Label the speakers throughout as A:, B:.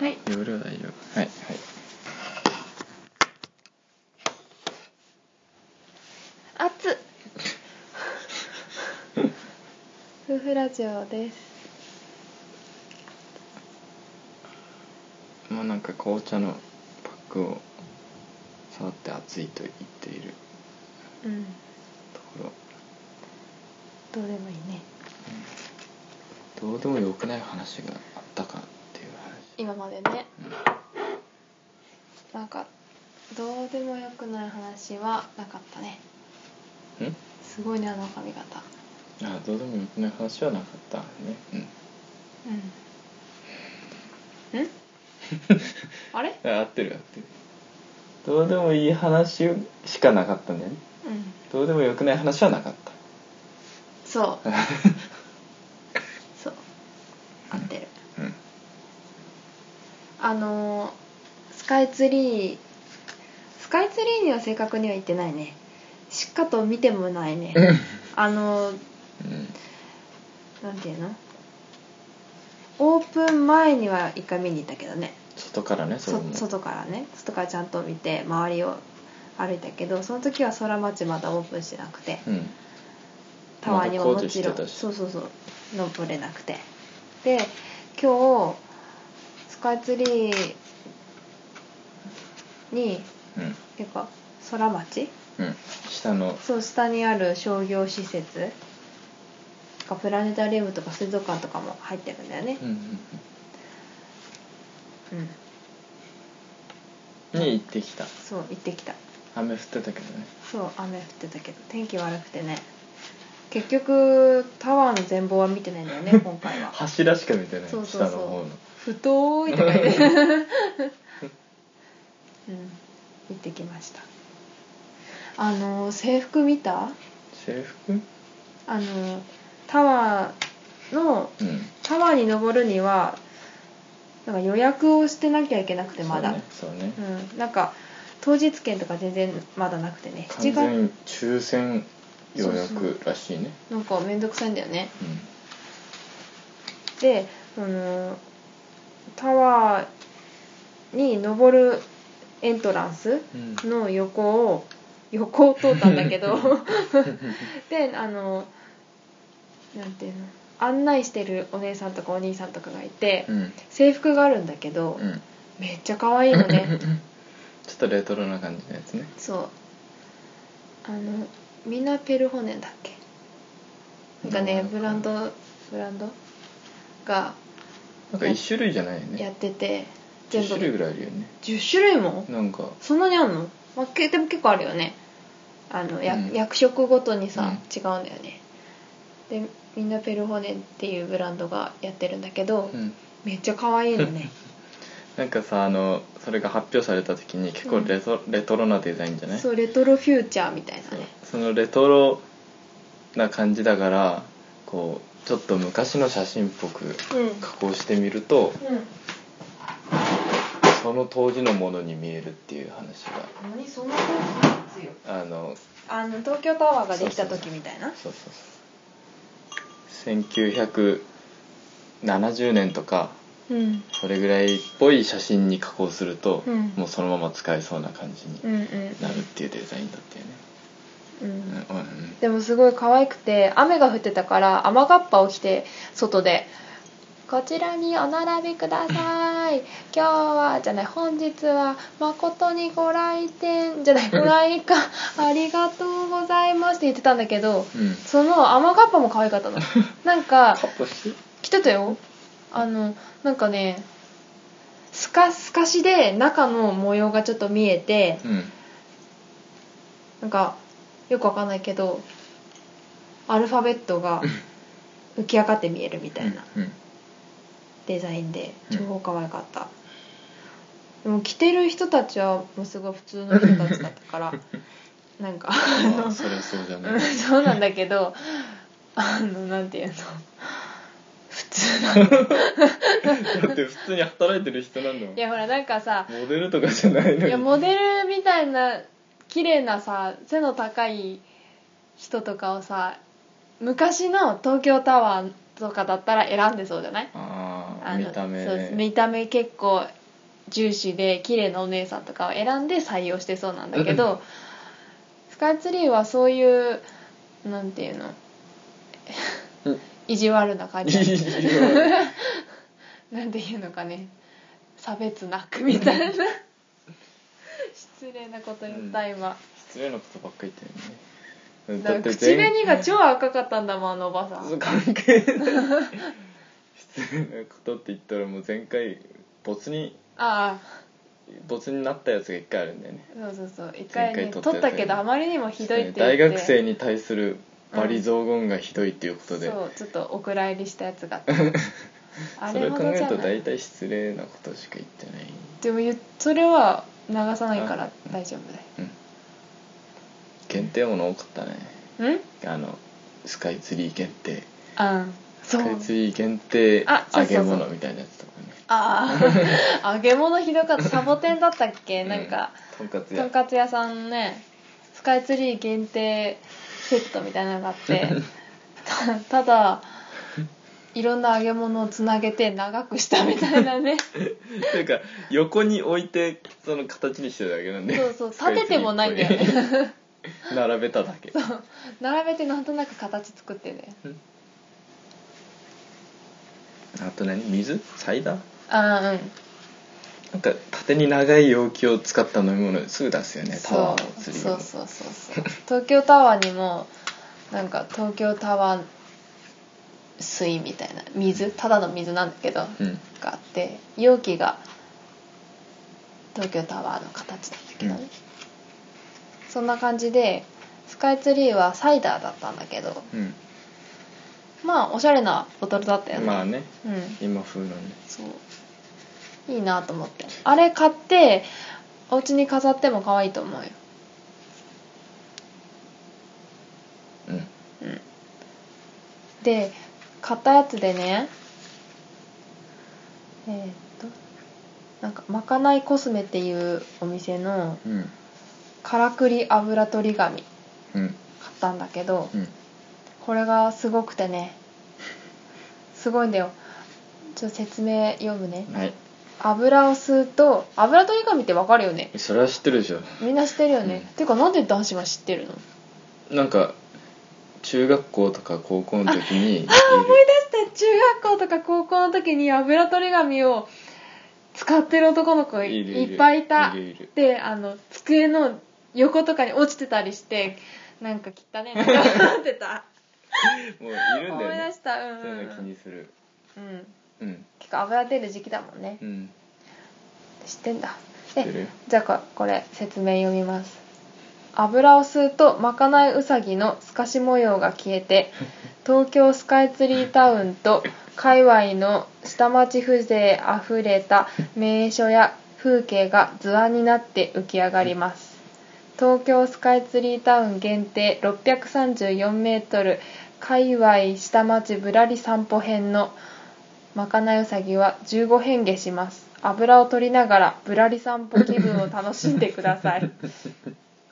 A: はい
B: 容量大丈夫はいはい
A: 熱っ夫婦ラジオです
B: まあなんか紅茶のパックを触って熱いと言っている
A: うん
B: ところ
A: どうでもいいね
B: どうでもよくない話があったかっていう
A: 今までねなんかどうでもよくない話はなかったね
B: 話ん
A: すごいねあの髪型
B: あどうでもよくない話はなかったねうん
A: うんんあれ
B: あ合ってる合ってるどうでもいい話しかなかったんだよね
A: うん
B: どうでもよくない話はなかっ
A: そう
B: た
A: そう合ってる
B: うん
A: あのースカイツリースカイツリーには正確には行ってないねしかと見てもないねあのーなんていうのオープン前には一回見に行ったけどね
B: 外からねそれ
A: そ
B: も
A: 外からね外からちゃんと見て周りを歩いたけどその時は空町まだオープンしてなくて
B: うん
A: タワーには
B: ま
A: も
B: だ工事
A: ち
B: して
A: ろん
B: たし
A: そうそうそう登れなくてで今日スカイツリーに
B: うん
A: ていうか空町
B: うん下の
A: そう下にある商業施設がプラネタリウムとか水族館とかも入ってるんだよね
B: うんうん
A: うん
B: うんに行ってきた
A: そう行ってきた
B: 雨降ってたけどね
A: そう雨降ってたけど天気悪くてね結局タワーの全貌は見てないんだ よね今回は
B: 柱しか見てない
A: そうそうそう
B: 下の方の
A: 太いって感じ うん行ってきましたあの制服見た
B: 制服
A: あのタワーの
B: うん
A: タワーに登るにはなんか予約をしてなきゃいけなくてまだう,、
B: そうねそうね
A: んなんか当日券とか全然まだなくてね
B: 完
A: 7月
B: 全抽選予約らしいね
A: なんか面倒くさいんだよね
B: うん
A: でそのタワーに登るエントランス
B: うん
A: の横を横を通ったんだけ どであのなんていうの案内してるお姉さんとかお兄さんとかがいて、
B: うん
A: 制服があるんだけど、
B: うん
A: めっちゃ可愛いのね
B: ちょっとレトロな感じのやつね
A: そうあのミナペルホネンだっけなんかね
B: うん
A: ブランドブランドが
B: なんか一種類じゃないよ
A: や
B: ね
A: ってて全
B: 10
A: 部
B: 種類ぐらいあるよね
A: 10種類も
B: なんか
A: そんなにあんの、まあ、けでも結構あるよねあのや、
B: うん
A: 役職ごとにさ、
B: うん
A: 違うんだよねでみんなペルホネンっていうブランドがやってるんだけど、
B: うん
A: めっちゃ可愛いの ね
B: なんかさあのそれが発表された時に結構レト,、レトロなデザインじゃない
A: そうレトロフューチャーみたいなね
B: そのレトロな感じだからこうちょっと昔の写真っぽく
A: うん
B: 加工してみると
A: う
B: その当時のものに見えるっていう話が
A: ん何そんな感じよ
B: あの
A: あの東京タワーができた時みたいな
B: そうそうそう1970年とか
A: うん
B: それぐらいっぽい写真に加工すると、
A: うん
B: もうそのまま使えそうな感じに
A: うんうん
B: なるっていうデザインだったよね、
A: うん、
B: うんうんうん
A: でもすごい可愛くて雨が降ってたから雨がっぱを着て外で「こちらにお並びください今日は」じゃない「本日は誠にご来店」じゃない「ご来館ありがとうございます」って言ってたんだけど
B: うん
A: その雨がっぱも可愛かったのなんか
B: カップして
A: 着てたよあのなんかねスカスカしで中の模様がちょっと見えて
B: うん
A: なんかよくわかんないけどアルファベットが浮き上がって見えるみたいな
B: うん うん
A: デザインで
B: うん
A: 超可愛かった、でも着てる人たちはもうすごい普通の人たちだったから なんかあ
B: ま
A: の
B: あそれはそうじゃ
A: う
B: なんい
A: そうなんだけどあのなんていうの普通なの
B: だって普通に働いてる人なんだもん
A: いやほらなんかさ
B: モデルとかじゃないの
A: い
B: に
A: やモデルみたいな綺麗なさ背の高い人とかをさ昔の東京タワーとかだったら選んでそうじゃない
B: あ
A: あの
B: 見た目
A: そうです見た目結構重視で綺麗なお姉さんとかを選んで採用してそうなんだけど、
B: うん
A: スカイツリーはそういうなんていうの
B: うん
A: 意地悪な感じ
B: 意地悪
A: なんていうのかね差別なくみたいな失礼なこと言った今、
B: 失礼なことばっかり言ってる
A: だ
B: ね
A: から口
B: 全
A: 紅が超赤かったんだもんあのおばさん
B: 関係ない失礼なことって言ったらもう前回ボツに
A: ああ
B: ボツになったやつが一回あるんだよね
A: そうそうそう一回ね
B: 前回撮った
A: 撮ったけど
B: やつね
A: あまりにもひどいって言って
B: 大学生に対するバリ雑言がひどいっていうことで、
A: そうちょっとお蔵入りしたやつが あ
B: それ
A: れ
B: を
A: ほ
B: 考
A: ど
B: え
A: じ
B: る
A: ゃ
B: と
A: ない
B: 大体失礼なことしか言ってない
A: でもゆそれは流さないから
B: あ
A: 大丈夫だよ
B: うん限定もの多かったね
A: うん
B: あのスカイツリー限定
A: あそ
B: ス
A: う
B: カイツリー限定
A: あそう
B: 揚
A: そう
B: げ
A: そう
B: 物みたいなやつとかね
A: ああ 揚げ物ひどかったサボテンだったっけなんか、
B: うんとんかつ
A: と
B: や
A: んかつ屋さんのねスカイツリー限定セットみたいなのがあって たた だいろんな揚げ物をつなげて長くしたみたいな ね
B: っていうか横に置いてその形にしてるだけなんで
A: そうそう立ててもないんだよね
B: 並べただけ
A: 並べてなんとなく形作ってね
B: あと何水サイダー
A: ああうん
B: なんか縦に長い容器を使った飲み物すぐ出すよねタワーを釣り
A: そ
B: を
A: うそうそうそう東京タワーにもなんか東京タワー水みたいな水ただの水なんだけど、
B: うん
A: があって容器が東京タワーの形なんだけどね、
B: うん
A: そんな感じでスカイツリーはサイダーだったんだけど
B: うん
A: まあおしゃれなボトルだったよね、
B: まあね
A: うん
B: 今風のね
A: そういいなと思ってあれ買ってお家に飾っても可愛いと思うよ
B: うん
A: うんで買ったやつでねえーっとなんかまかないコスメっていうお店の
B: うん
A: からくり油取り紙買
B: うん
A: ったんだけど
B: うん
A: これがすごくてねすごいんだよちょっと説明読むね
B: はい
A: 油を吸うと油取り紙ってわかるよね
B: それは知ってるでしょ
A: みんな知ってるよね、
B: うん
A: てかなんで男子は知ってるの
B: なんか中学校とか高校の時にい る
A: だって中学校とか高校の時に油取り紙を使ってる男の子い
B: いるいる
A: いっぱいいた
B: いるいる
A: であの机の横とかに落ちてたりしてなんか汚 ねえなって思ってた
B: もういるん
A: 思
B: だ
A: い
B: よ
A: 出
B: ね
A: したうん
B: そう
A: うん、う
B: いうの気
A: ん
B: にする
A: うん、
B: うん
A: 結構油出る時期だもんね
B: うん
A: 知ってんだ
B: 知ってる
A: え
B: よ
A: じゃあここれ説明読みます油を吸うとまかないうさぎの透かし模様が消えて 東京スカイツリータウンと界隈の下町風情あふれた名所や風景が図案になって浮き上がります東京スカイツリータウン限定634メートル界隈下町ぶらり散歩編のまかないうさぎは15変化します油を取りながらぶらり散歩気分を楽しんでください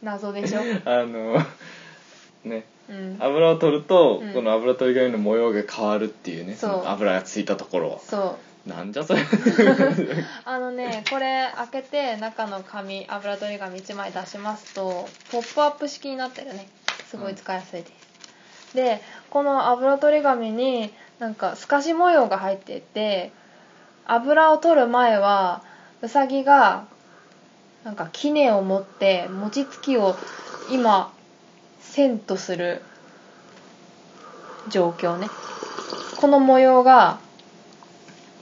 A: 謎でしょ、
B: あのね
A: うん、
B: 油を取ると、
A: うん
B: この油取り紙の模様が変わるっていうね
A: そう
B: その油がついたところは
A: そう
B: なんじゃそれ
A: あのねこれ開けて中の紙油取り紙1枚出しますとポップアップ式になってるねすごい使いやすいです、でこの油取り紙になんか透かし模様が入っていて油を取る前はうさぎがなんか杵を持って餅つきを今線とする状況ねこの模様が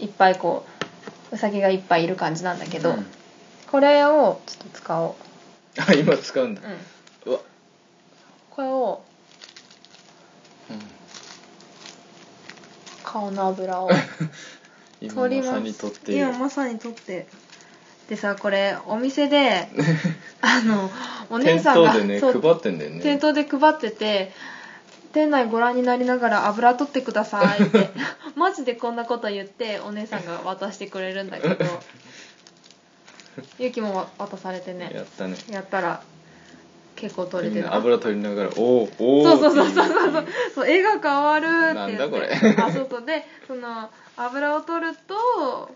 A: いっぱいこううさぎがいっぱいいる感じなんだけど、
B: うん
A: これをちょっと使おう、
B: あ今使うんだ
A: うん、
B: うわ、
A: これを
B: うん、
A: 顔の油を
B: 今まさ
A: す
B: に取っている
A: 今まさに取ってでさこれお店 であのお姉さんが
B: 店頭でね
A: そう
B: 配ってんだよね
A: 店頭で配ってて店内ご覧になりながら油取ってくださいって マジでこんなこと言ってお姉さんが渡してくれるんだけ どゆきも渡されてね
B: やったね
A: やったら結構取れ
B: み
A: て
B: ん
A: た
B: な油取りながらおーお
A: そ
B: ー
A: うそうそうそう
B: ってい
A: そうそう笑顔変わるって
B: なんだこれ
A: あそうそうでその油を取ると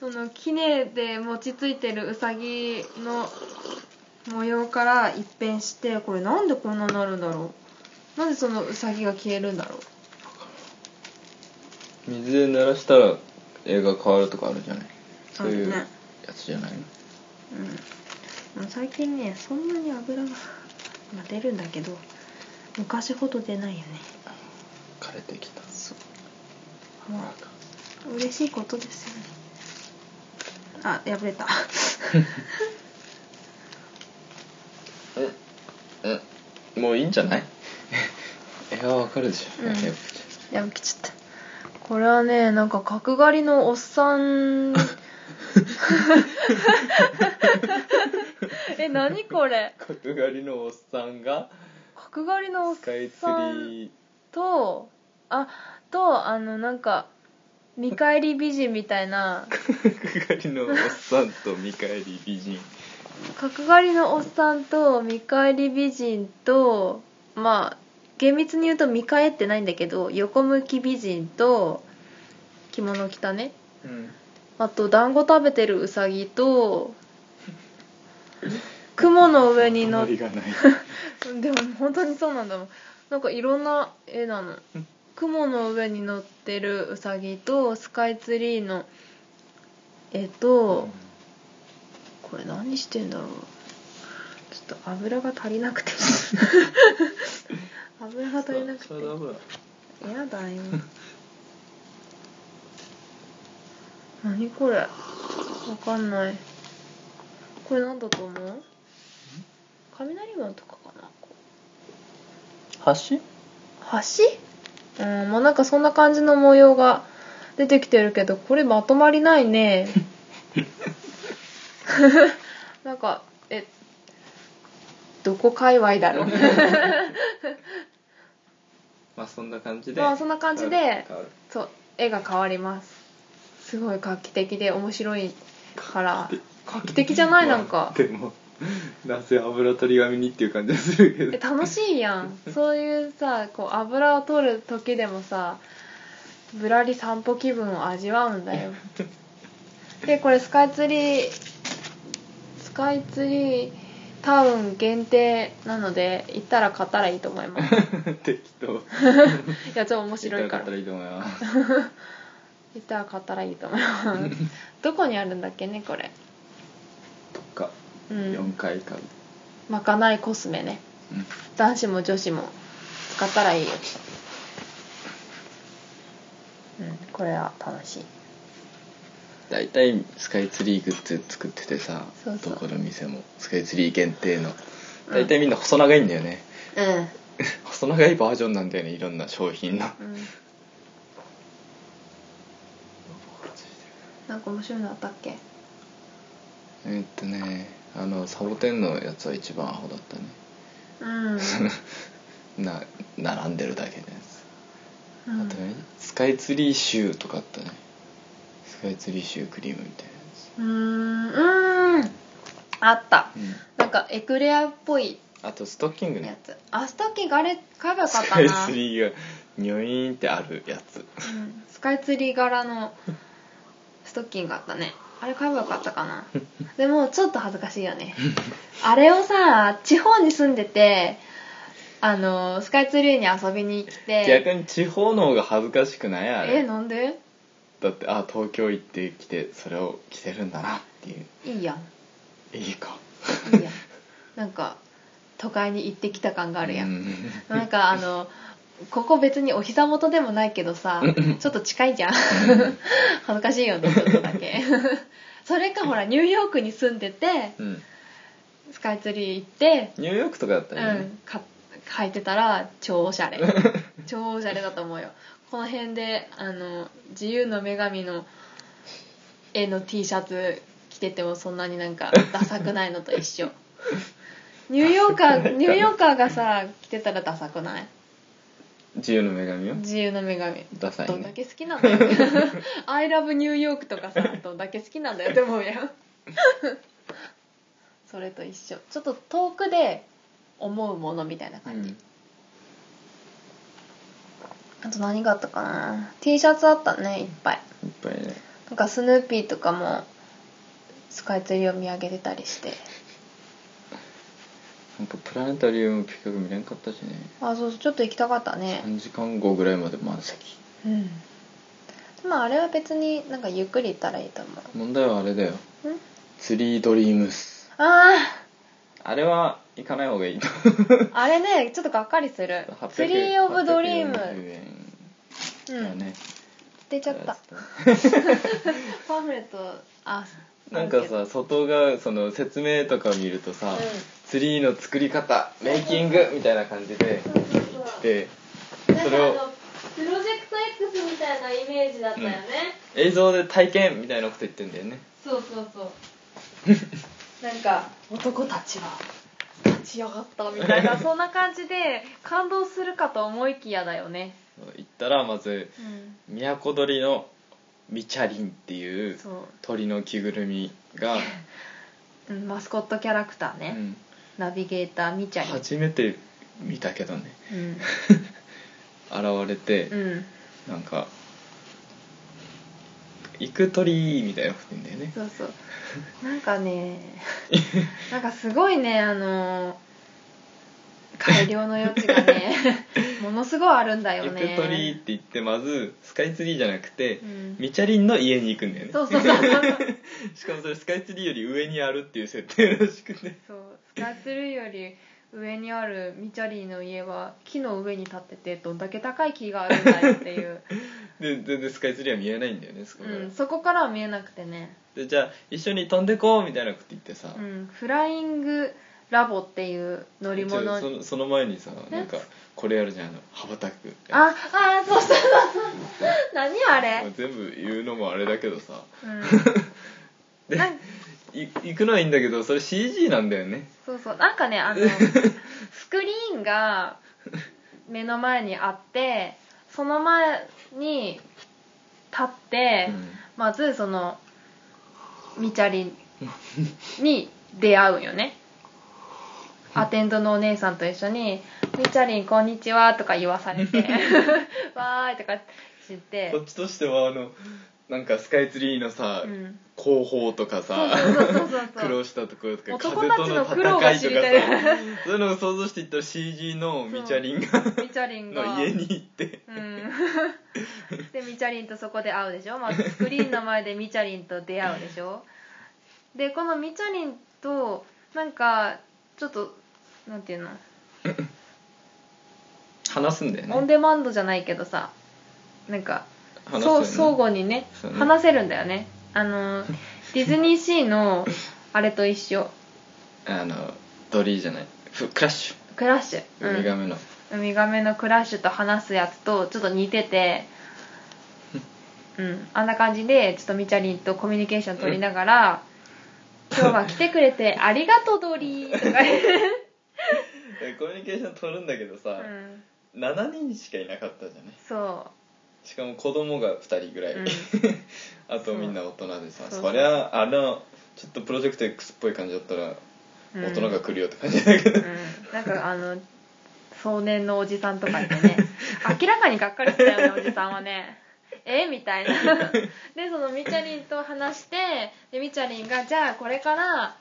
A: そのきねで餅ついてるうさぎの模様から一変してこれなんでこんなになるんだろうなんでそのうさぎが消えるんだろう
B: 水で濡らしたら映画変わるとかあるじゃないそういう
A: ある
B: や
A: ね
B: つじゃないの、
A: うん、もう最近ねそんなに油が、まあ、出るんだけど昔ほど出ないよね
B: 枯れてきた
A: まあ嬉しいことですよねあ破 れた
B: うんもういいんじゃ ない映画はわかるでしょ、
A: うん
B: いや
A: 破けちゃったこれはねなんか角刈りのおっさんえ何これ
B: 角刈りのおっさんが
A: 角刈りのおっ
B: スカイツ
A: さん
B: リー
A: とあとあのなんか見返り美人みたいな
B: 角刈りのおっさんと見返り美人
A: 角刈りのおっさんと見返り美人とまあ厳密に言うと見返ってないんだけど横向き美人と着物着たね
B: うん
A: あと団子食べてるウサギと雲の上に乗っ
B: りがない
A: でも本当にそうなんだもんなんかいろんな絵なの
B: うん
A: 雲の上に乗ってるウサギとスカイツリーの絵と、これ何してんだろうちょっと油が足りなく て油が足りなくて
B: そうだほら
A: やだよ 何これわかんないこれなんだと思う雷門とかかなこう
B: 橋
A: 橋うんまあなんかそんな感じの模様が出てきてるけどこれまとまりない ねなんかえどこ界隈だ ろう
B: まあそんな感じで
A: まあそんな感じで
B: 変わる変わる
A: そう絵が変わりますすごい画期的で面白いから画期的じゃないなん
B: ま
A: か
B: あでもなぜ油取り紙にっていう感じがするけ
A: え
B: ど
A: 楽しいやんそういうさこう油を取る時でもさぶらり散歩気分を味わうん だよでこれスカイツリースカイツリータウン限定なので行ったら買ったらいいと思います
B: 適当
A: いや超面白いから
B: ったらいいと思 います
A: 行ったら買ったらいいと思います どこにあるんだっけねこれ
B: とか
A: うん
B: 4回買う、
A: まかないコスメね
B: うん
A: 男子も女子も使ったらいいようんこれは楽しい
B: 大体スカイツリーグッズ作っててさ
A: そうそう
B: どこの店もスカイツリー限定の
A: うん
B: 大体みんな細長いんだよね、
A: う
B: 細長いバージョンなんだよねいろんな商品の
A: ん、うん、なんか面白いのあったっけ
B: えーっとねあのサボテンのやつは一番アホだったね
A: うん
B: な並んでるだけのやつ、
A: うん
B: あとねスカイツリーシューとかあったねスカイツリーシュークリームみたいなや
A: うんうんあった
B: つ、
A: なんかエクレアっぽい
B: あとストッキング
A: や
B: ね
A: つあストッキングあれ買え ばよかっ
B: ス
A: た
B: カイ
A: な
B: ツリーがニョイーンってあるやつ
A: うんスカイツリー柄のストッキングあったねあれ買えばよかったかなでもちょっと恥ずかしいよ ねあれをさ地方に住んでてあのスカイツリーに遊びに行って
B: 逆に地方の方が恥ずかしくないあ
A: え
B: れ
A: なんで
B: だってあ東京行ってきてそれを着てるんだなっていう
A: いいやん
B: いいか
A: いいやんなんか都会に行ってきた感があるや、
B: う んん
A: なんかあのここ別にお膝元でもないけどさちょっと近いじゃん 恥ずかしいよねちょっとだけ それかほらニューヨークに住んでて
B: うん
A: スカイツリー行って、
B: ニューヨークとかだった
A: う
B: らいいね、
A: ん、か履いてたら超おし ゃれ超おしゃれだと思うよこの辺であの自由の女神の絵の T シャツ着ててもそんなになんかダサくないのと一 緒ニューヨーカーニューヨーカーがさ着てたらダサくない
B: 自由の女神よ
A: 自由の女神
B: ダサいね
A: どんだけ好きなんだよ I love New York とかさどんだけ好き なんだよって思うやんそれと一緒ちょっと遠くで思うものみたいな
B: う
A: 感じ、
B: ん
A: あと何があったかな T シャツあったねいっぱい
B: いっぱいね
A: なんかスヌーピーとかもスカイツリーを見上げてたりして
B: なんかプラネタリウム結局見れんかったしね
A: あそうそうちょっと行きたかったね
B: 3時間後ぐらいまで満席
A: うんまああれは別になんかゆっくり行ったらいいと思
B: 問題はあれだよ
A: ううん
B: ツリードリームス
A: あ
B: あれは行かない方がい いと
A: ああれねちょっとがっかりする
B: 800
A: ツリー・オブ・ドリー
B: 840
A: ム
B: 円
A: う
B: だ
A: ん、
B: ね
A: 出ちゃったパンフレットあ
B: なんか
A: ある
B: さ外がその説明とか見るとさ、
A: うん
B: ツリーの作り方メイキングみたいな感じで
A: けどそうそうそう
B: で
A: なん
B: そ
A: か
B: れ
A: あの
B: を
A: プロジェクト X みたいなイメージだったよね、
B: 映像で体験みたいなこと言ってんだよね
A: そうそうそう なんか男たちは立ち上がったみ たいなそんな感じで感動するかと思いきやだよね、
B: 行ったらまず都鳥のミチャリンっていう
A: そ
B: 鳥の着ぐるみ が、
A: う、うん、マスコットキャラクター
B: う
A: ね、
B: ん、
A: ナビゲーターみちゃり
B: 初めて見たけどね
A: うん、
B: 現れて、
A: うん、
B: なんか「行く鳥」みたいなこと言うんだよね
A: そうそうなんか ねなんかすごいねあのー改良の余地が ねものすごいあるんだよ
B: 行
A: ね
B: く鳥って言ってまずスカイツリーじゃなくて、
A: うん
B: ミチャリンの家に行くんだよね
A: そうそうそうそう
B: しかもそれスカイツリーより上にあるっていう設定らしくて
A: そうスカイツリーより上にあるミチャリーの家は木の上に立っててどんだけ高い木があるんだよって いう、
B: で全然スカイツリーは見えないんだよねそこから、
A: うん、そこからは見えなくてね、
B: でじゃあ一緒に飛んでこうみたいなこと言ってさ、
A: うん、フライングラボっていう乗り
B: ち
A: 物
B: ょそのその前にさ
A: え
B: なんかこれやるじゃんあの羽ばたく
A: ああそうそうそうそう何あ
B: も
A: れ
B: う、全部言うのもあれだけどさ
A: うん、
B: で
A: なん
B: い行くのはいいんだけどそれ CG なんだよね
A: そうそうなんかねあの スクリーンが目の前にあってその前に立って、まずそのみちゃりに出会うんよねアテンドのお姉さんと一緒に「みちゃりんこんにちは」とか言わされ て「わーい」とか知って
B: こっちとしてはあのなんかスカイツリーのさ、
A: うん
B: 後方とかさ
A: そうそうそうそうそう
B: 苦労したところとか
A: 男たちの
B: 風
A: 苦労が知りたい
B: そういうのを想像していったら CG のミチャリンが
A: みちゃりんが
B: の家に行って
A: うんでみちゃりん とそこで会うでしょまずスクリーンの前でみちゃりんと出会うでしょでこのみちゃりんとなんかちょっとなんていうの
B: 話すんだよ
A: オン
B: ね
A: デマンドじゃないけどさなんか
B: 話す
A: そ
B: よ
A: う
B: ね
A: 相互にね
B: そうね
A: 話せるんだよねあ のディズニーシーのあれと一緒
B: あのドリーじゃないふクラッシ
A: クラッシュ、
B: ュ
A: うん
B: ウミガメの、
A: ウミガメのクラッシュと話すやつとちょっと似ててうんあんな感じでちょっとみちゃりんとコミュニケーション取りながら「今日は来てくれてありがとうドリー」とか、
B: えコミュニケーション取るんだけど
A: う
B: さ、
A: ん、
B: 7人しかいなかったじゃない
A: そ
B: しかも子供が2人ぐらい、
A: うん
B: あとみんな大人でさ
A: そう
B: そりゃあのちょっとプロジェクト X っぽい感じだったら
A: う、うん、
B: 大人が来るよって感じだけど、
A: うんなんかあの壮年のおじさんとかいて ね明らかにがっかりしたよねおじさんはねえみたいなでそのみちゃりんと話してでみちゃりんが「じゃあこれから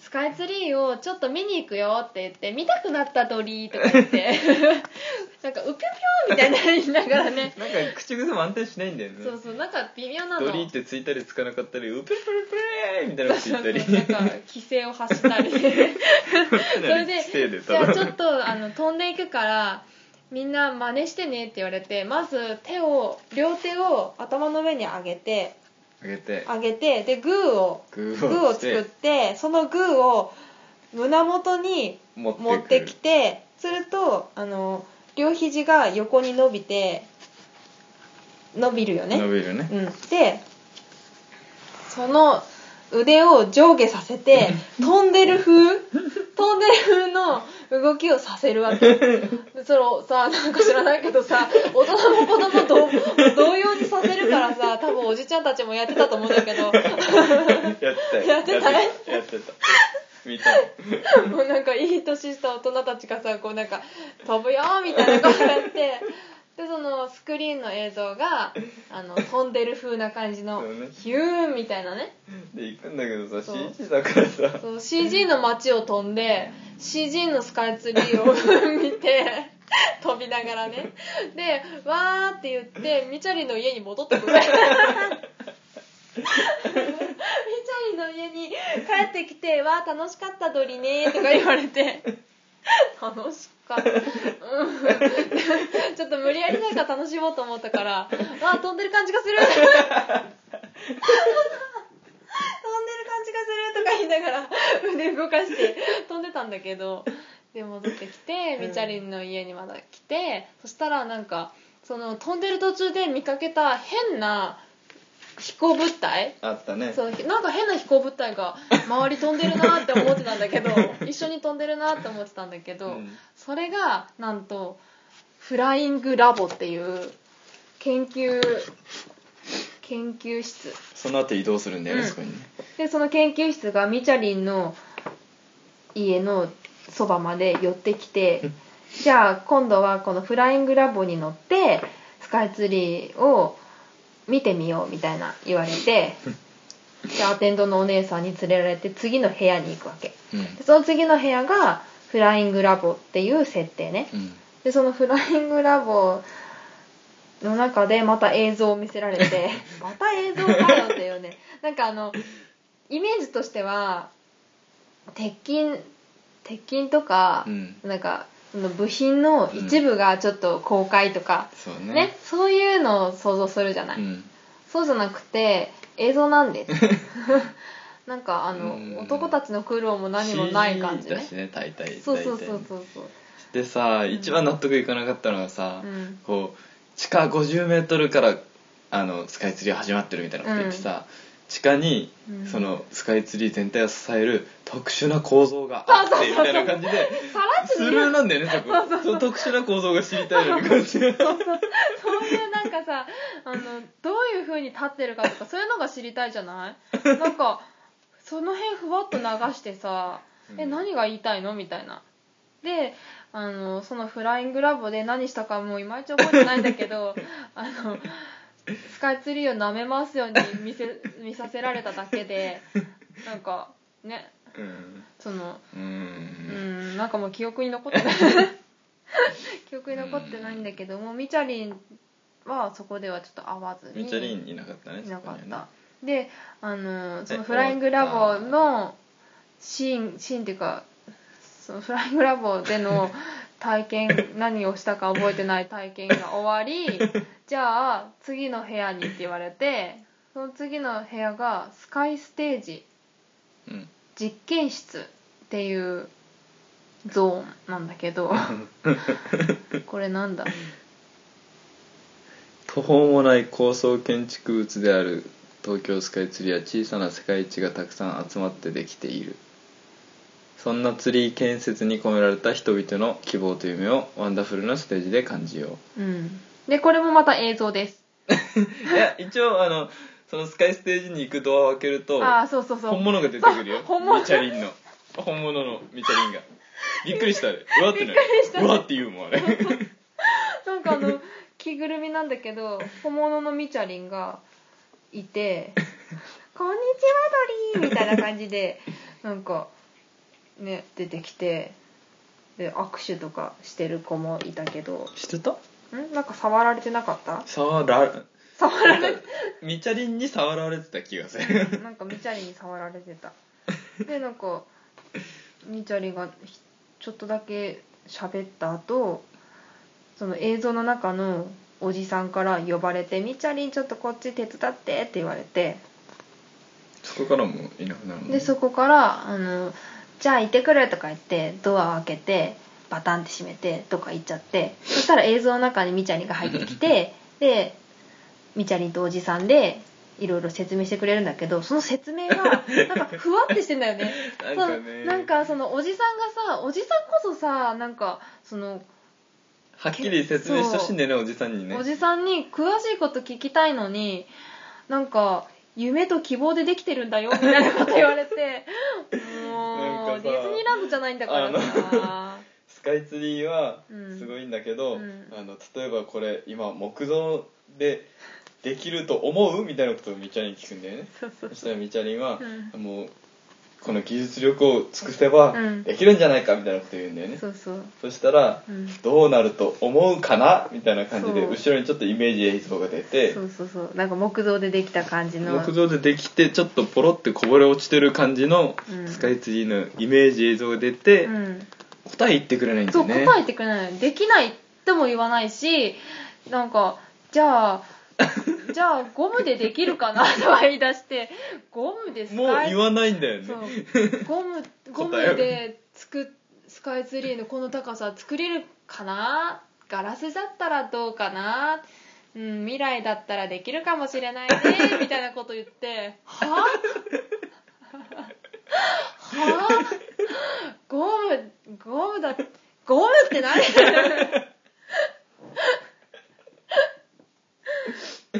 A: スカイツリーをちょっと見に行くよ」って言って「見たくなった鳥」とか言って なんか「うぴょぴょ」みたいな言いながらね
B: なんか口癖も安定しないんだよね
A: そうそうなんか微妙なの
B: ドリーってついたりつかなかったりウプルプルプルーみたいなこと
A: そ
B: 言
A: う
B: っ
A: そ
B: た
A: う
B: り
A: なんか 規制を発したり
B: そ
A: それで
B: 規定で
A: じ
B: た
A: ゃ
B: だ
A: あちょっとあの飛んでいくからみんな真似してねって言われてまず手を両手を頭の上に上げて
B: 上げて
A: 上げてでグーを
B: グ
A: グーを作ってそのグーを胸元に
B: 持ってく
A: 持ってきてするとあの両肘が横に伸びて伸びるよね
B: 伸 びるね
A: うん、でその腕を上下させて飛んでる風飛んでる風の動きをさせるわけでそれをさなんか知らないけどさ大人も子供と同様にさせるからさ多分おじちゃんたちもやってたと思うんだけど
B: やってたよ
A: やってたね
B: やってたやってた 見たい
A: もうなんかいい年した大人たちがさこうなんか「飛ぶよ」みたいなこうやってでそのスクリーンの映像があの飛んでる風な感じの
B: そうね
A: 「ヒューン」みたいなね
B: で行くんだけどさ
A: そう
B: CG だからさ
A: そう CG の街を飛んで CG のスカイツリーを見て飛びながらねでわーって言ってみちゃりの家に戻ってくれみちゃりの家に帰ってきて「わー楽しかったドリね」とか言われて楽しかった、 うん、ちょっと無理やりなんか楽しもうと思った からわー飛んでる感じがする飛んでる感じがするとか言いながら腕動かして飛んでたんだけどで戻ってきて
B: うん
A: みちゃりんの家にまだ来て、そしたらなんかその飛んでる途中で見かけた変な飛行物体
B: あったね
A: そうなんか変な飛行物体が周り飛んでるなって思ってたんだ けど一緒に飛んでるなって思ってたんだけど、
B: うん
A: それがなんとフライングラボっていう研究研究室
B: その後移動するんだよね、
A: うん
B: そこにね
A: でその研究室がみちゃりんの家のそばまで寄ってきてじゃあ今度はこのフライングラボに乗ってスカイツリーを見てみようみたいな言われてじゃあアテンドのお姉さんに連れられて次の部屋に行くわけ
B: うん
A: でその次の部屋がフライングラボっていう設定ね
B: うん
A: でそのフライングラボの中でまた映像を見せられ てまた映像かよっていうねなんかあのイメージとしては鉄筋鉄筋とか、
B: うん
A: なんかその部品の一部がちょっと公開とか、
B: そう
A: ね
B: ね
A: そういうのを想像するじゃない、
B: うん
A: そうじゃなくて映像なん ですなんかあの、
B: うん
A: 男たちの苦労も何もない感じ
B: CG
A: ね
B: だしね大体
A: そうそう
B: 大体
A: そう
B: ね
A: そうそう
B: でさ一番納得いかなかったのがさ、
A: うん
B: こう地下 50m からあのスカイツリー始まってるみたいなこと言ってさ、地下に、
A: うん
B: そのスカイツリー全体を支える特殊な構造があってみたいな感じで
A: さらっ
B: ス
A: と
B: ルーなんだよねそこその特殊な構造が知りたいような感
A: そ
B: じが
A: ういうなんかさあのどういう風に立ってるかとかそういうのが知りたいじゃ ないなんかその辺ふわっと流してさ「え
B: うん
A: 何が言いたいの?」みたいな。であのそのフライングラボで何したかもういまいち覚えてないんだけ どあのスカイツリーを舐めますように見せ見させられただけでなんかね
B: うん
A: そのう
B: う
A: んんなんかもう記憶に残って ない記憶に残ってないんだけどもみちゃりんはそこではちょっと会わずに
B: めっちゃリンいなかったね
A: いなか
B: そこ
A: っ
B: には
A: た
B: ね
A: であのその
B: え
A: フライングラボのシーンシーンっていうかそのフライングラボで の体験何をしたか覚えてない体験が終わ りじゃあ次の部屋にって言われてその次の部屋がスカイステージ
B: うん
A: 実験室っていうゾーンなんだけどこれなん だ
B: 途方もない高層建築物である東京スカイツリーは小さな世界一がたくさん集まってできているそんなツリー建設に込められた人々の希望と夢をワンダフルなステージで感じよ
A: うんでこれもまた映像です
B: ういや一応あのそのスカイステージに行くドアを開けると
A: ああそうそうそう
B: 本物が出てくるよ
A: 本物
B: ミチャリンの本物のミチャリンがびっくり したあれうわってなるうわって言うもんあれ
A: なんかあ の着ぐるみなんだけど本物のみちゃりんがいて 「こんにちはドリー」みたいな感じでなんかね出てきてで握手とかしてる子もいたけど
B: 知ってた
A: んなんか触られてなかった
B: 触 ら
A: 触られて
B: ミチャリンに触られてた気がする
A: なんかみちゃりに触られてたでなんかみちゃりがひちょっとだけ喋った後その映像の中のおじさんから呼ばれて「みちゃりんちょっとこっち手伝って」って言われて
B: そこからもいなくなるもんね
A: でそこから「あのじゃあ行ってくる」とか言ってドアを開けてバタンって閉めてどっか行っちゃってそしたら映像の中にみちゃりんが入ってき てでみちゃりんとおじさんでいろいろ説明してくれるんだけどその説明がなんかふわってしてんだよね。
B: なん
A: そ
B: か
A: う
B: ね
A: なんかそのおじさんがさおじさんこそさなんかその、
B: はっきり説明してほしいんだよねおじさんにね
A: おじさんに詳しいこと聞きたいのになんか夢と希望でできてるんだよみたいなこと言われても
B: なんかさ
A: うディズニーランドじゃないんだからさ
B: スカイツリーは
A: うん
B: すごいんだけど、
A: うん
B: あの例えばこれ今木造でできると思うみたいなことをみちゃりに聞くんだよね
A: そうそう
B: そしたらみちゃりは、
A: う
B: もうこの技術力を尽くせば
A: うん
B: できるんじゃないかみたいなこと言うんだよね、
A: そうそう
B: そしたら、
A: うん
B: どうなると思うかなみたいな感じで
A: そう
B: 後ろにちょっとイメージ映像が出て
A: そうそうそうなんか木造でできた感じの
B: 木造でできてちょっとポロってこぼれ落ちてる感じの
A: うん
B: スカイツリーのイメージ映像が出て、
A: うん
B: 答え言ってくれないんだ
A: そ
B: よ
A: う
B: ね
A: 答えてくれないできないとも言わないしなんかじ ゃあじゃあゴムでできるかなとは言い出してゴムでス
B: もう
A: カイ
B: 言わないんだよね
A: そうゴムゴムでつくスカイツリーのこの高さ作れるかなガラスだったらどうかなうん、未来だったらできるかもしれないねみたいなこと言ってはぁはぁゴムゴムだゴムって何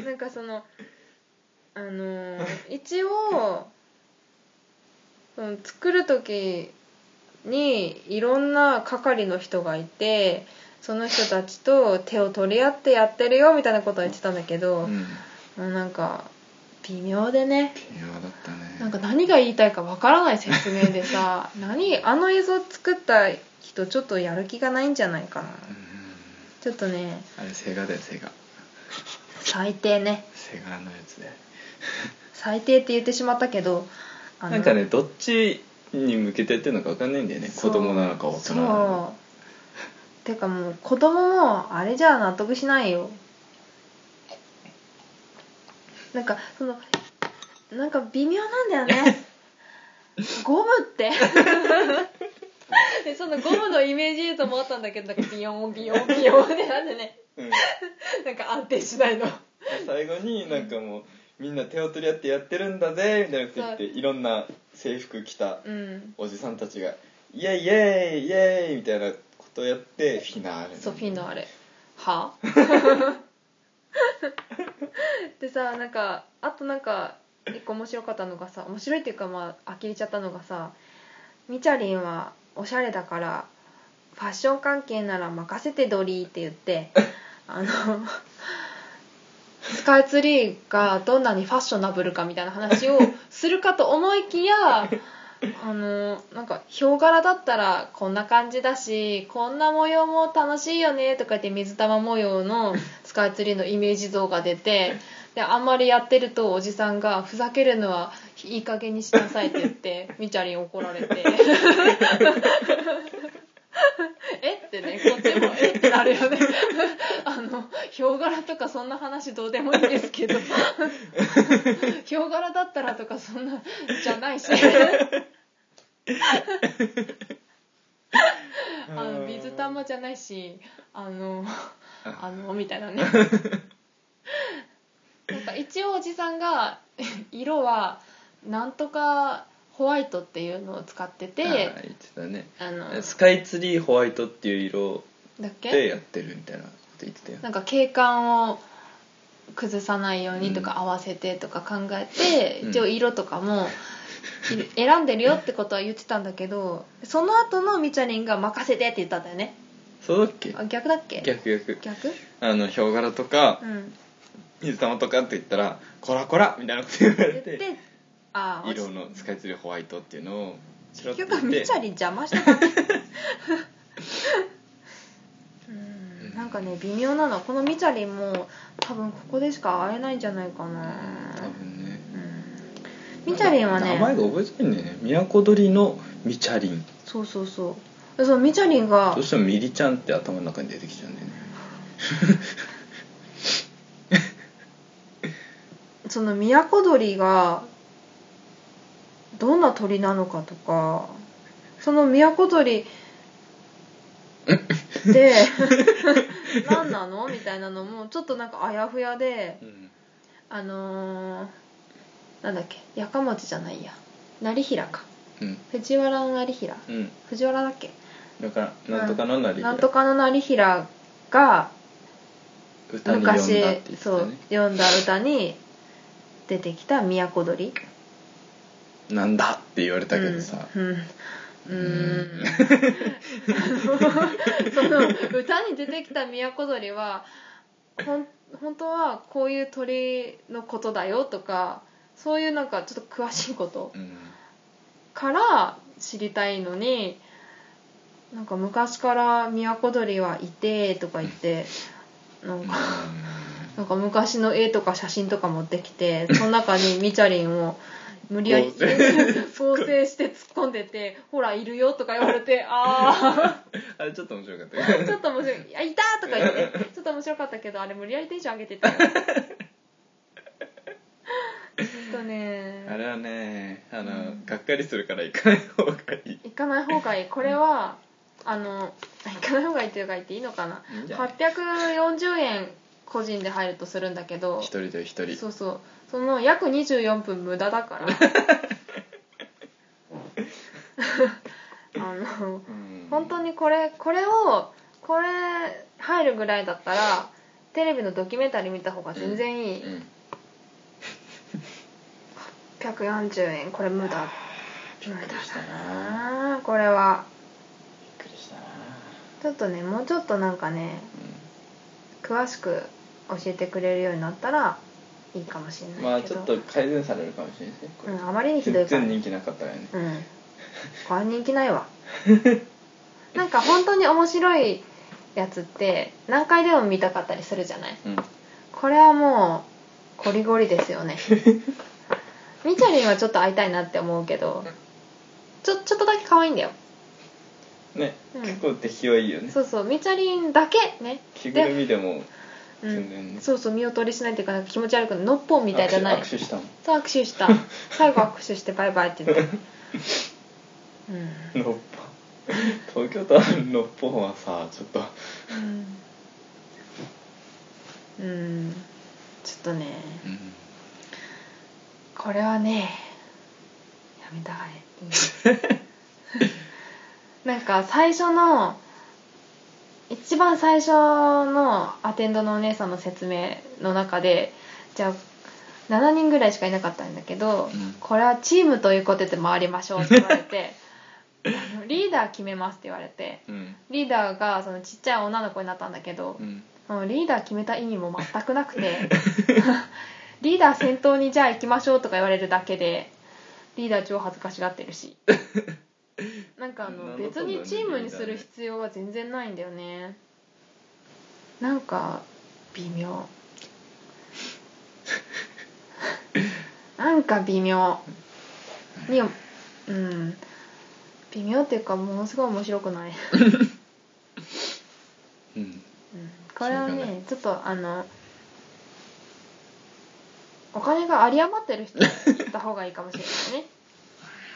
A: なんかそのあの ー一応その作る時にいろんな係の人がいてその人たちと手を取り合ってやってるよみたいなことは言ってたんだけど、
B: うん、
A: も
B: 微
A: うなんか微妙でね
B: 妙だったね
A: なんか何が言いたいかわからない説明で さ何あの映像作った人ちょっとやる気がないんじゃないかな
B: うん
A: ちょっとね
B: あれセガだよセガ
A: 最低ね
B: セガのやつで
A: 最低って言ってしまったけどあの
B: なんかねどっちに向けてやってるのか分かんないんだよね
A: そ
B: 子
A: う
B: 供なのか大人なの
A: そ
B: か
A: うてかもう子供もあれじゃ納得しないよなんかそのなんか微妙なんだよ ねゴムってでそのゴムのイメージ映像もあったんだけどなんかビヨンビヨンビヨンってなんでね
B: うん
A: なんか安定しないの
B: 最後になんかもうみんな手を取り合ってやってるんだぜみたいなこと言っていろんな制服着た
A: うん
B: おじさんたちがイエイイエイイエイみたいなことをやってフィナーレなんだよね
A: ソフィーのあれはでさなんかあとなんか一個面白かったのがさ面白いっていうかまあ呆れちゃったのがさみちゃりんはおしゃれだからファッション関係なら任せてドリーって言ってあのスカイツリーがどんなにファッショナブルかみたいな話をするかと思いきやあのなんかヒョウ柄だったらこんな感じだしこんな模様も楽しいよねとか言って水玉模様のスカイツリーのイメージ像が出てであんまりやってるとおじさんがふざけるのはいい加減にしなさいって言ってみちゃりん怒られて えってねこっちもえってなるよね あのヒョウ柄とかそんな話どうでもいいんですけどヒョウ柄だったらとかそんなじゃないしあの水玉じゃないしあのあのみたいな ねなんか一応おじさんが色はなんとかホワイトっていうのを使って
B: あ
A: て
B: ー言ってたね
A: あの
B: スカイツリーホワイトっていう色
A: だっ
B: で
A: け
B: やってるみたいなこと言ってたよ
A: なんか景観を崩さないようにと
B: うん
A: か合わせてとか考えて、
B: うん
A: 一応色とかもい選んでるよってことは言ってたんだけどその後のみちゃりんが「任せて」って言ったんだよね
B: そうだっけ
A: あ逆だっけ
B: 逆逆
A: 逆
B: あのヒョウ柄とか
A: うん
B: 水玉とかって言ったら「こらこら!」みたいなこと言われ
A: 言って
B: て
A: ああ
B: 色のスカイツリーホワイトっていうのをちらっと
A: 結
B: 言っ
A: 局み
B: て
A: ちゃり邪魔した だけうんなんかね微妙なのこのみちゃりも多分ここでしか会えないんじゃないかな
B: 多分ね
A: うんみちゃりんは
B: 名前
A: ね
B: が覚えづらいんだよね都鳥のみちゃりん
A: そうそうそうそうみちゃりんが
B: どうしてもみりちゃんって頭の中に出てきちゃうんだよね
A: その都鳥がどんな鳥なのかとかその都鳥で何なのみたいなのもちょっとなんかあやふやで
B: うん
A: あのー、なんだっけやかまちじゃないや成平か
B: うん
A: 藤原の成平
B: うん
A: 藤原だっけ
B: だからなんとかのなり
A: なんとかの成平が
B: 歌に読ん
A: 昔
B: だって言ってた
A: そう
B: ね
A: 読んだ歌に出てきた都鳥
B: なんだって言われたけどさ、
A: うんうんうーんその歌に出てきた都鳥はほん本当はこういう鳥のことだよとかそういうなんかちょっと詳しいこと
B: うん
A: から知りたいのになんか昔から都鳥はいてとか言ってなんかなんか昔の絵とか写真とか持ってき てその中にみちゃりんを無理やり
B: 合
A: 合成して突っ込んでて「ほらいるよ」とか言われ て「あ
B: あれちょっと面白かった
A: あ
B: よ
A: ちょっと面白いあいた!」とか言ってちょっと面白かったけどあれ無理やりテンション上げてたよちょっとね
B: あれはねあの、
A: うん
B: がっかりするから行かない方がいい
A: 行かない方がいいこれはあの行かない方がいいというか言っていいのかない
B: いんじゃない
A: 840円個人で入るとするんだけど
B: 一人と一人
A: そうそうその約24分無駄だから あの
B: うん
A: 本当にこれこれをこれ入るぐらいだったらテレビのドキュメンタリー見た方が全然いい、
B: うん
A: 140円これ無駄
B: び
A: 無
B: っ
A: 駄
B: くりした
A: だ
B: な
A: なこれは
B: びっくりしたな
A: ちょっとねもうちょっとなんかね詳しく教えてくれるようになったらいいかもしれないけ
B: う
A: ど
B: んまあちょっと改善されるかもしれないですねこ
A: う
B: れ
A: ん、あまりにひど
B: 全
A: いから
B: 然人気なかったよね
A: うんこれ人気ないわなんか本当に面白いやつって何回でも見たかったりするじゃない
B: うん
A: これはもうゴリゴリですよ ねみちゃりんはちょっと会いたいなって思うけどちょちょっとだけ可愛いんだよ
B: ね、
A: うん
B: 結構出来はいいよね
A: そうそうみちゃりんだけね
B: 着ぐるみでも
A: う
B: 全然ね
A: ん、そうそう見劣りしないっていうかなんか気持ち悪くないのっぽんみたいじゃない
B: 握手握手したもん
A: そう握手した 最後握手してバイバイって言ってうん
B: 六本東京タワーの六本はさちょっと
A: うん、うん、ちょっとねこれはねやめたがいい なんか最初の一番最初のアテンドのお姉さんの説明の中でじゃあ7人ぐらいしかいなかったんだけど、
B: うん
A: これはチームということで回りましょうって言われ てあのリーダー決めますって言われて
B: うん
A: リーダーがそのちっちゃい女の子になったんだけど、
B: うん
A: うんリーダー決めた意味も全くなくてリーダー先頭にじゃあ行きましょうとか言われるだけでリーダー超恥ずかしがってるしなんかあの
B: なんだ
A: 別
B: かんだね
A: にチームにする必要は全然ないんだよねなんか微妙なんか微妙にうん微妙っていうかものすごい面白くない
B: うん
A: うんこれは
B: しょうがな
A: ねちょっとあのお金が有り余ってる 人は行った方がいいかもしれないね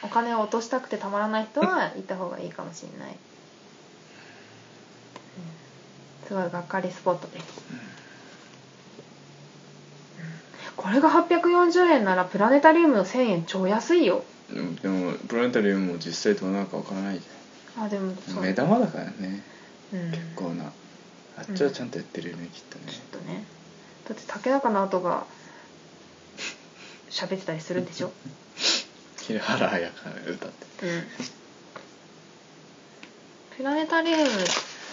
A: お金を落としたくてたまらない人は行った方がいいかもしれない、うんすごいがっかりスポットです、うんこれが840円ならプラネタリウムの1000円超安いよ
B: でもでもプラネタリウムも実際どうなるかわからないじ
A: あでも
B: ゃ
A: そ
B: ん
A: う
B: 目玉だからね
A: うん、
B: 結構なあっちはちゃんとやってるよね、きっと
A: き
B: ね
A: っとねだって竹中直人が喋ってたりするんでしょ
B: 平原綾香の歌って
A: うんプラネタリウム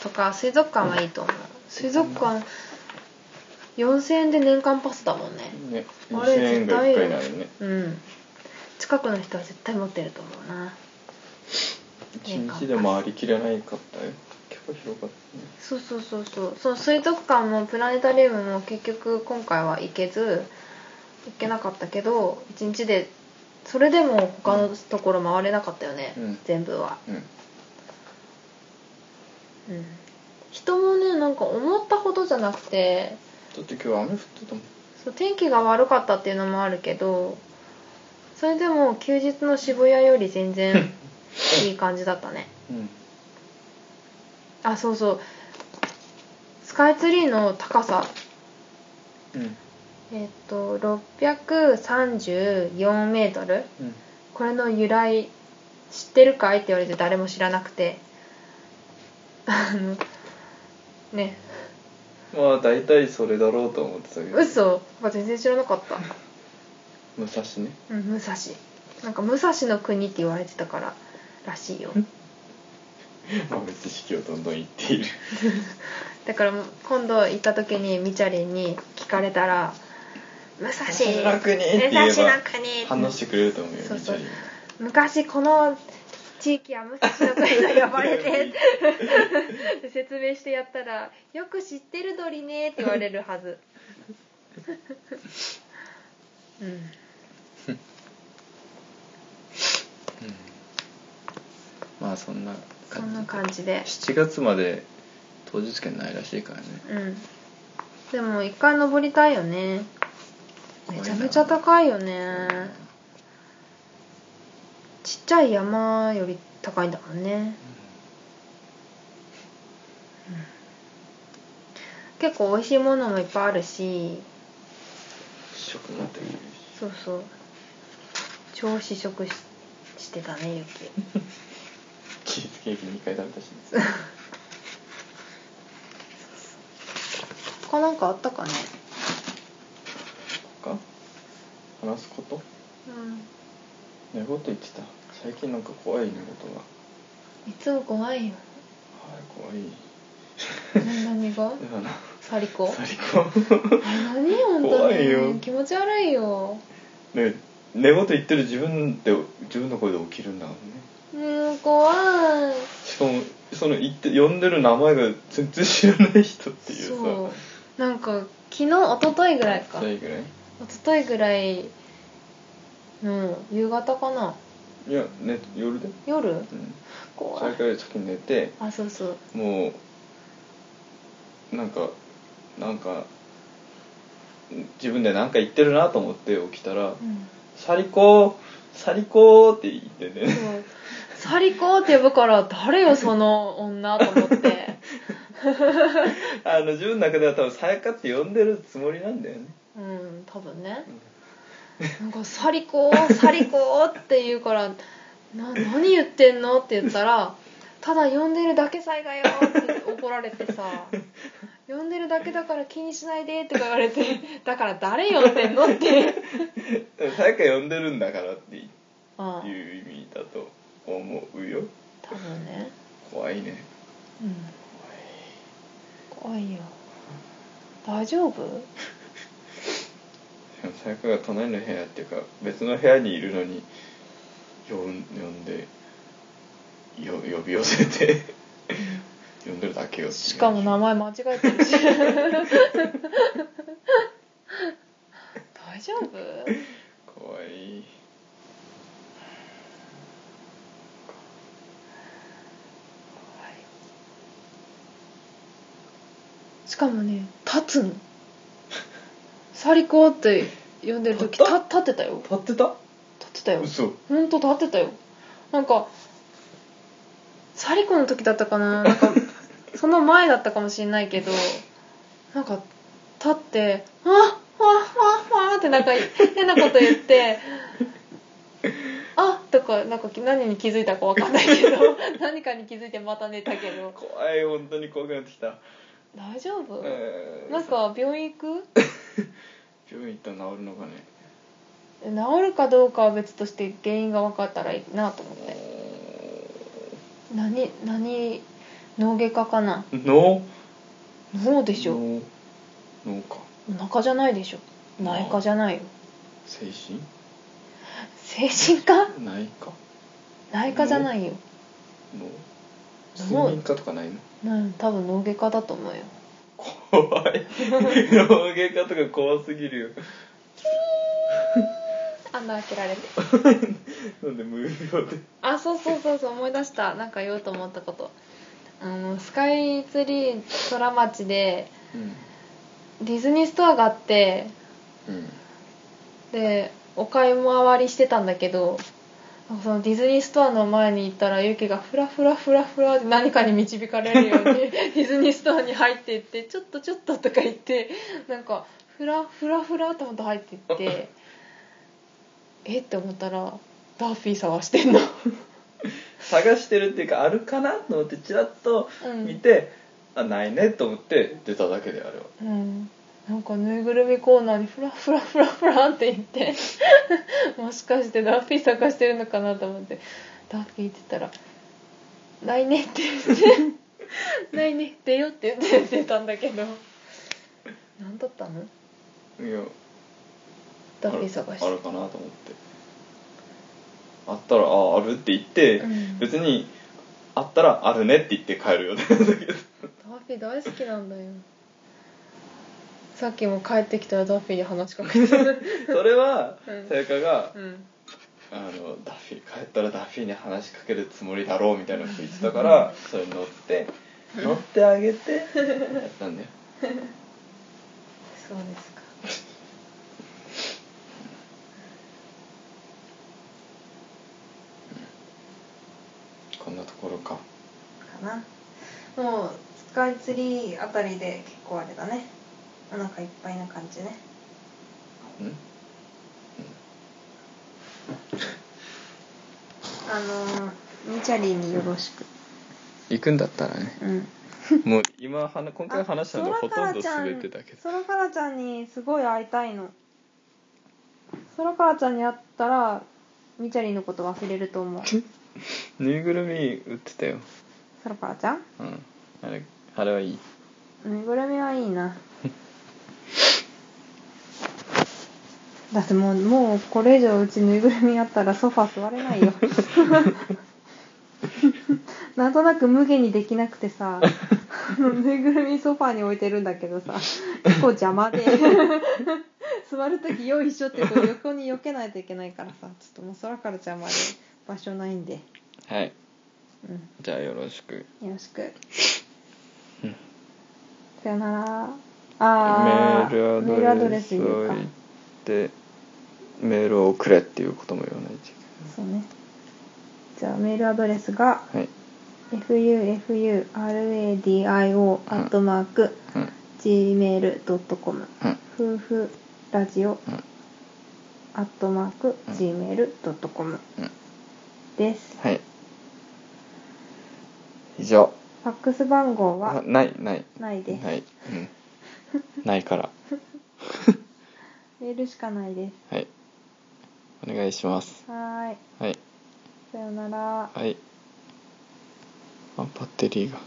A: とか水族館はいいと思う水族館4000円で年間パスだもんね
B: ね
A: あ
B: 2000
A: れ
B: 円
A: 絶
B: がい
A: 対
B: っ
A: いい
B: ぱい
A: よ
B: になるね
A: うん近くの人は絶対持ってると思うな
B: 一日で回りきれないかったよ結構広かったね
A: そうそうそうそうその水族館もプラネタリウムも結局今回は行けず行けなかったけど一日でそれでも他のところ回れなかったよね、
B: うん
A: 全部は
B: うん
A: うん人もねなんか思ったほどじゃなくて
B: だって今日雨降ってたもん
A: そう天気が悪かったっていうのもあるけどそれでも休日の渋谷より全 然いい感じだったね
B: うん
A: あそうそうスカイツリーの高さ
B: うん
A: えっと634メートル
B: うん
A: これの由来知ってるかいって言われて誰も知らなくてあのね
B: まあ大体それだろうと思ってたけど
A: 嘘なんか全然知らなかった
B: 武蔵ね
A: うん武蔵なんか武蔵の国って言われてたかららしいよ
B: 豆知識をどんどん言っている
A: だから今度行った時にみちゃりんに聞かれたら「武蔵
B: 武蔵の国って言えば
A: 武蔵の国
B: 反応してくれると思うよ
A: そう
B: みち
A: そ
B: ゃ
A: う
B: りん
A: 昔この地域は武蔵の国と呼ばれて説明してやったら「よく知ってる鳥ね」って言われるはずうん
B: まあそんな
A: そんな
B: 感
A: 感じで
B: じ7月まで当日券ないらしいからね
A: うんでも一回登りたいよねめちゃめちゃ高いよねちっちゃい山より高いんだもんね結構美味しいものもいっぱいあるし
B: 食もできるし
A: そうそう超試食ししてたねゆき
B: チーズケーキ2回食べたし
A: 他なんかあったかね
B: 他話すこと
A: うん
B: 寝言言ってた最近なんか怖い寝言が
A: いつも怖いよ
B: はい怖い
A: 何 が
B: だな
A: サリコ
B: サリコ
A: あ何本当に
B: 怖いよ
A: 気持ち悪いよ
B: ね寝言言ってる自分で自分の声で起きるんだもんね
A: うん怖い
B: しかもその言って呼んでる名前が全然知らない人っていうさ
A: そうなんか昨日一昨日ぐらいか
B: 辛いぐらい
A: 一昨日ぐらいの夕方かない
B: や、ね、夜で、
A: 夜
B: うん、そ
A: 怖
B: れ
A: い
B: から先に寝て
A: あそうそう
B: もうなんかなんか自分で何か言ってるなと思って起きたら
A: うん
B: 「サリコーサリコー」って言ってね
A: そうサリコーって呼ぶから誰よその女と思って
B: あの自分の中では多分「さやか」って呼んでるつもりなんだよね
A: うん多分ねなんか「サリコーサリコー」って言うから「な何言ってんの?」って言ったら「ただ呼んでるだけ災害よ」って怒られてさ「呼んでるだけだから気にしないで」とか言われて「だから誰呼んでんの?」 って
B: でもさやか呼んでるんだからっていう
A: ああ
B: 意味だと思うよ
A: 多分ね
B: 怖いね
A: うん怖いよ大丈夫
B: でもさやかが隣の部屋っていうか別の部屋にいるのに呼ん呼んでよ呼び寄せて呼んでるだけよ
A: しかも名前間違えてる し大丈夫
B: 怖い
A: しかもね立つのサリコーって呼んでる時
B: 立
A: 立
B: った
A: 立ってたよ
B: 立ってた
A: 立ってたよ
B: 嘘
A: ほんと立ってたよなんかサリコーの時だったかななん かその前だったかもしれないけどなんか立って「わっわっわっわ」ってなんか変なこと言 って「あとかなんか何に気づいたか分かんないけど 何かに気づいてまた寝たけど
B: 怖い本当に怖くなってきた、
A: 大丈夫、
B: えー
A: なんか病院行く
B: 病院行ったら治るのかね
A: 治るかどうかは別として原因が分かったらいいなと思って何何脳外科かな
B: 脳
A: 脳でしょ
B: 脳脳か
A: お腹じゃないでしょ内科じゃないよ
B: 精神
A: 精神科
B: 内科
A: 内科じゃないよ
B: 脳
A: 脳
B: 睡眠科とかないの
A: うん多分脳外科だと思うよ
B: 怖い脳外科とか怖すぎるよ
A: 穴開けられて
B: なんで無料で
A: あそうそうそうそう思い出したなんか言おうと思ったことあのスカイツリー空町でディズニーストアがあって
B: うん
A: でお買い回りしてたんだけどなんかそのディズニーストアの前に行ったらユキがフラフラフラフラで何かに導かれるようにディズニーストアに入っていって「ちょっとちょっと」とか言ってなんかフラフラフラと思って入っていってえって思ったらダーフィー探してんの、
B: 探してるっていうかあるかなと思ってちらっと
A: う
B: 見
A: ん
B: て、あないねと思って出ただけであれは
A: うん、
C: なんかぬいぐるみコーナーにフラフラフラフラって言って もしかしてダッフィー探してるのかなと思ってダッフィー言ってたら「ないね」って言 って「ないね」ってよって言って出たんだけど何だったの
B: いや
C: ダッフィー探し
B: あるあ
C: て
B: るかなと思ってあったらああるって言って、
C: うん
B: 別にあったらあるねって言って帰る よだけど
C: ダッフィー大好きなんだよさっきも帰ってきたらダッフィーに話しかけて
B: それは
C: うん
B: さやかが
C: うん
B: あのダッフィー帰ったらダッフィーに話しかけるつもりだろうみたいなこと言ってたからそれに乗 って乗ってあげ てやったんだよ
C: そうですか
B: こんなところか
A: かなもうスカイツリーあたりで結構あれだねお腹いっぱいな感じね
B: うん
A: あのー、ミチャリーによろしく
B: 行くんだったら ね
A: うん
B: もう今はな今回話したの
A: あ
B: ほとんど
A: ソラカラちゃん
B: 全てだけど
A: ソラカラちゃんにすごい会いたいのソラカラちゃんに会ったらミチャリーのこと忘れると思う
B: ぬいぐるみ売ってたよ
A: ソラカラちゃん
B: うんあれあれはいい
A: ぬいぐるみはいいな だってもうもうこれ以上うちぬいぐるみあったらソファ座れ ないよなんとなく無限にできなくてさあのぬいぐるみソファに置いてるんだけどさ結構邪 魔で座る時よいしょってこう横に避けないといけないからさちょっともう空からちゃんまで場所ないんで、
B: はい
A: うん、
B: じゃあよろしく
A: よろしく
B: うん
A: さよなら
B: メ
A: あー
B: ー
A: メー
B: ル
A: ル
B: ア
A: ア
B: ド
A: ド
B: レ
A: レ
B: ス
A: ス
B: を
A: 言うか
B: 言ってメールをくれっていうことも言わないとい
A: そうねじゃあメールアドレスが
B: けない
A: fufuradio アットマーク
B: はい
A: gmail.com
B: うんうん
A: 夫婦ラジオ
B: うん
A: アットマーク gmail.com
B: うん
A: です
B: はい以上
A: ファックス番号
B: あ
A: は
B: ないない
A: ないです、
B: ない、うん、ない から
A: メールしかないで
B: はいお願いします
A: すはーい
B: はい
A: さようなら
B: はいあバッテリーが